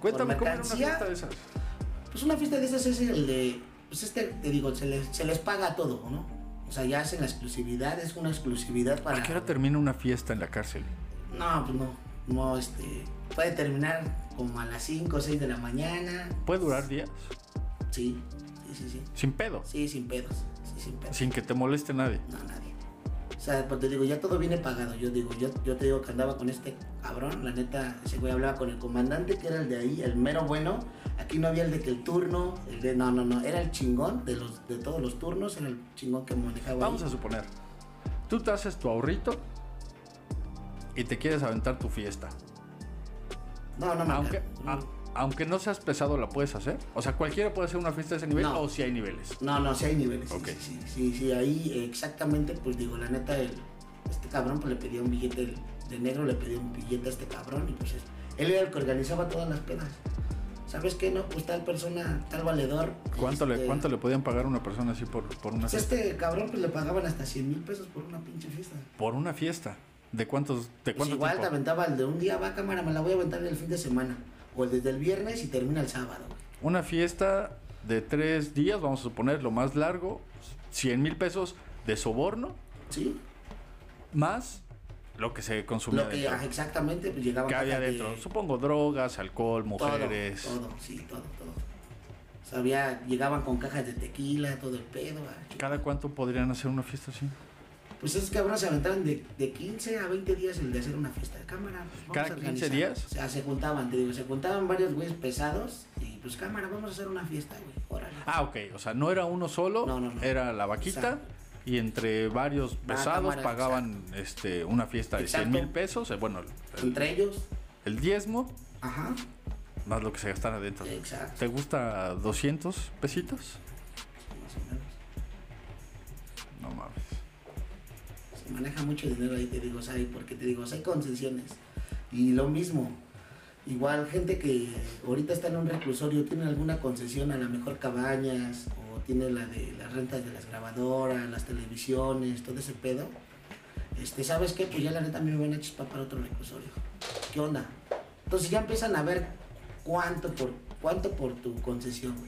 Cuéntame, por ¿cómo era una mercancía. fiesta de esas? Pues una fiesta de esas es el de. Pues este, te digo, se les, se les paga todo, ¿no? O sea, ya hacen la exclusividad, es una exclusividad para. ¿A qué hora termina una fiesta en la cárcel? No, pues no. No, este. Puede terminar como a las 5 o 6 de la mañana. ¿Puede durar días? Sí, sí, sí, sí. Sin pedo. Sí, sin pedos. Sí, sin pedos. Sin que te moleste nadie. No, nadie. O sea, pues te digo, ya todo viene pagado. Yo digo, yo, yo te digo que andaba con este cabrón. La neta, ese güey hablaba con el comandante, que era el de ahí, el mero bueno. Aquí no había el de que el turno, el de. No, no, no. Era el chingón de, los, de todos los turnos, era el chingón que manejaba. Vamos ahí. a suponer, tú te haces tu ahorrito y te quieres aventar tu fiesta. No, no, me Aunque, alcanza. a- aunque no seas pesado, la puedes hacer. O sea, cualquiera puede hacer una fiesta de ese nivel No. o si hay niveles. No, no, sí hay niveles. sí, Ok. Sí, sí, sí, sí, ahí eh, exactamente, pues digo, la neta, el- este cabrón pues le pedía un billete de, de negro, le pedía un billete a este cabrón y pues es- él era el que organizaba todas las pedas. ¿Sabes qué? No, pues tal persona, tal valedor. ¿Cuánto, le, este, ¿Cuánto le podían pagar a una persona así por, por una pues, fiesta? este cabrón pues le pagaban hasta 100 mil pesos por una pinche fiesta. Por una fiesta. ¿De cuántos? ¿De Pues cuánto igual te tiempo? aventaba el de un día, va cámara, me la voy a aventar el fin de semana. O el desde el viernes y termina el sábado. güey. Una fiesta de tres días, vamos a suponer lo más largo, 100 mil pesos de soborno, ¿Sí? más lo que se consumía Lo que dentro. ah, exactamente pues llegaba ¿Qué había caja de- dentro? Supongo drogas, alcohol, mujeres. Todo, todo, sí, todo, todo. O sea, había- llegaban con cajas de tequila, todo el pedo. ah, ¿Cada cuánto podrían hacer una fiesta así? Pues esos cabrones se aventaron de, de 15 a 20 días el de hacer una fiesta de cámara. pues, vamos ¿Cada a 15 organizar. días? O sea, se juntaban, te digo, se juntaban varios güeyes pesados y pues cámara, vamos a hacer una fiesta, güey. Órale. Ah, ok. O sea, no era uno solo, No, no, no. era la vaquita. Exacto. Ah, Y entre varios pesados cámara, pagaban este, una fiesta de 100 Exacto. mil pesos. eh, Bueno, el, Entre ellos, el diezmo, ajá, más lo que se gastara dentro. Exacto. ¿Te gusta 200 pesitos? más o menos. No mames. se maneja mucho dinero ahí, te digo, o sea, y porque te digo, o sea, hay concesiones. Y lo mismo, igual gente que ahorita está en un reclusorio, tiene alguna concesión, a lo mejor cabañas, o tiene la de las rentas de las grabadoras, las televisiones, todo ese pedo. Este, ¿sabes qué? Pues ya la neta a mí me van a chispar para otro reclusorio. ¿Qué onda? Entonces ya empiezan a ver cuánto por, cuánto por tu concesión, güey.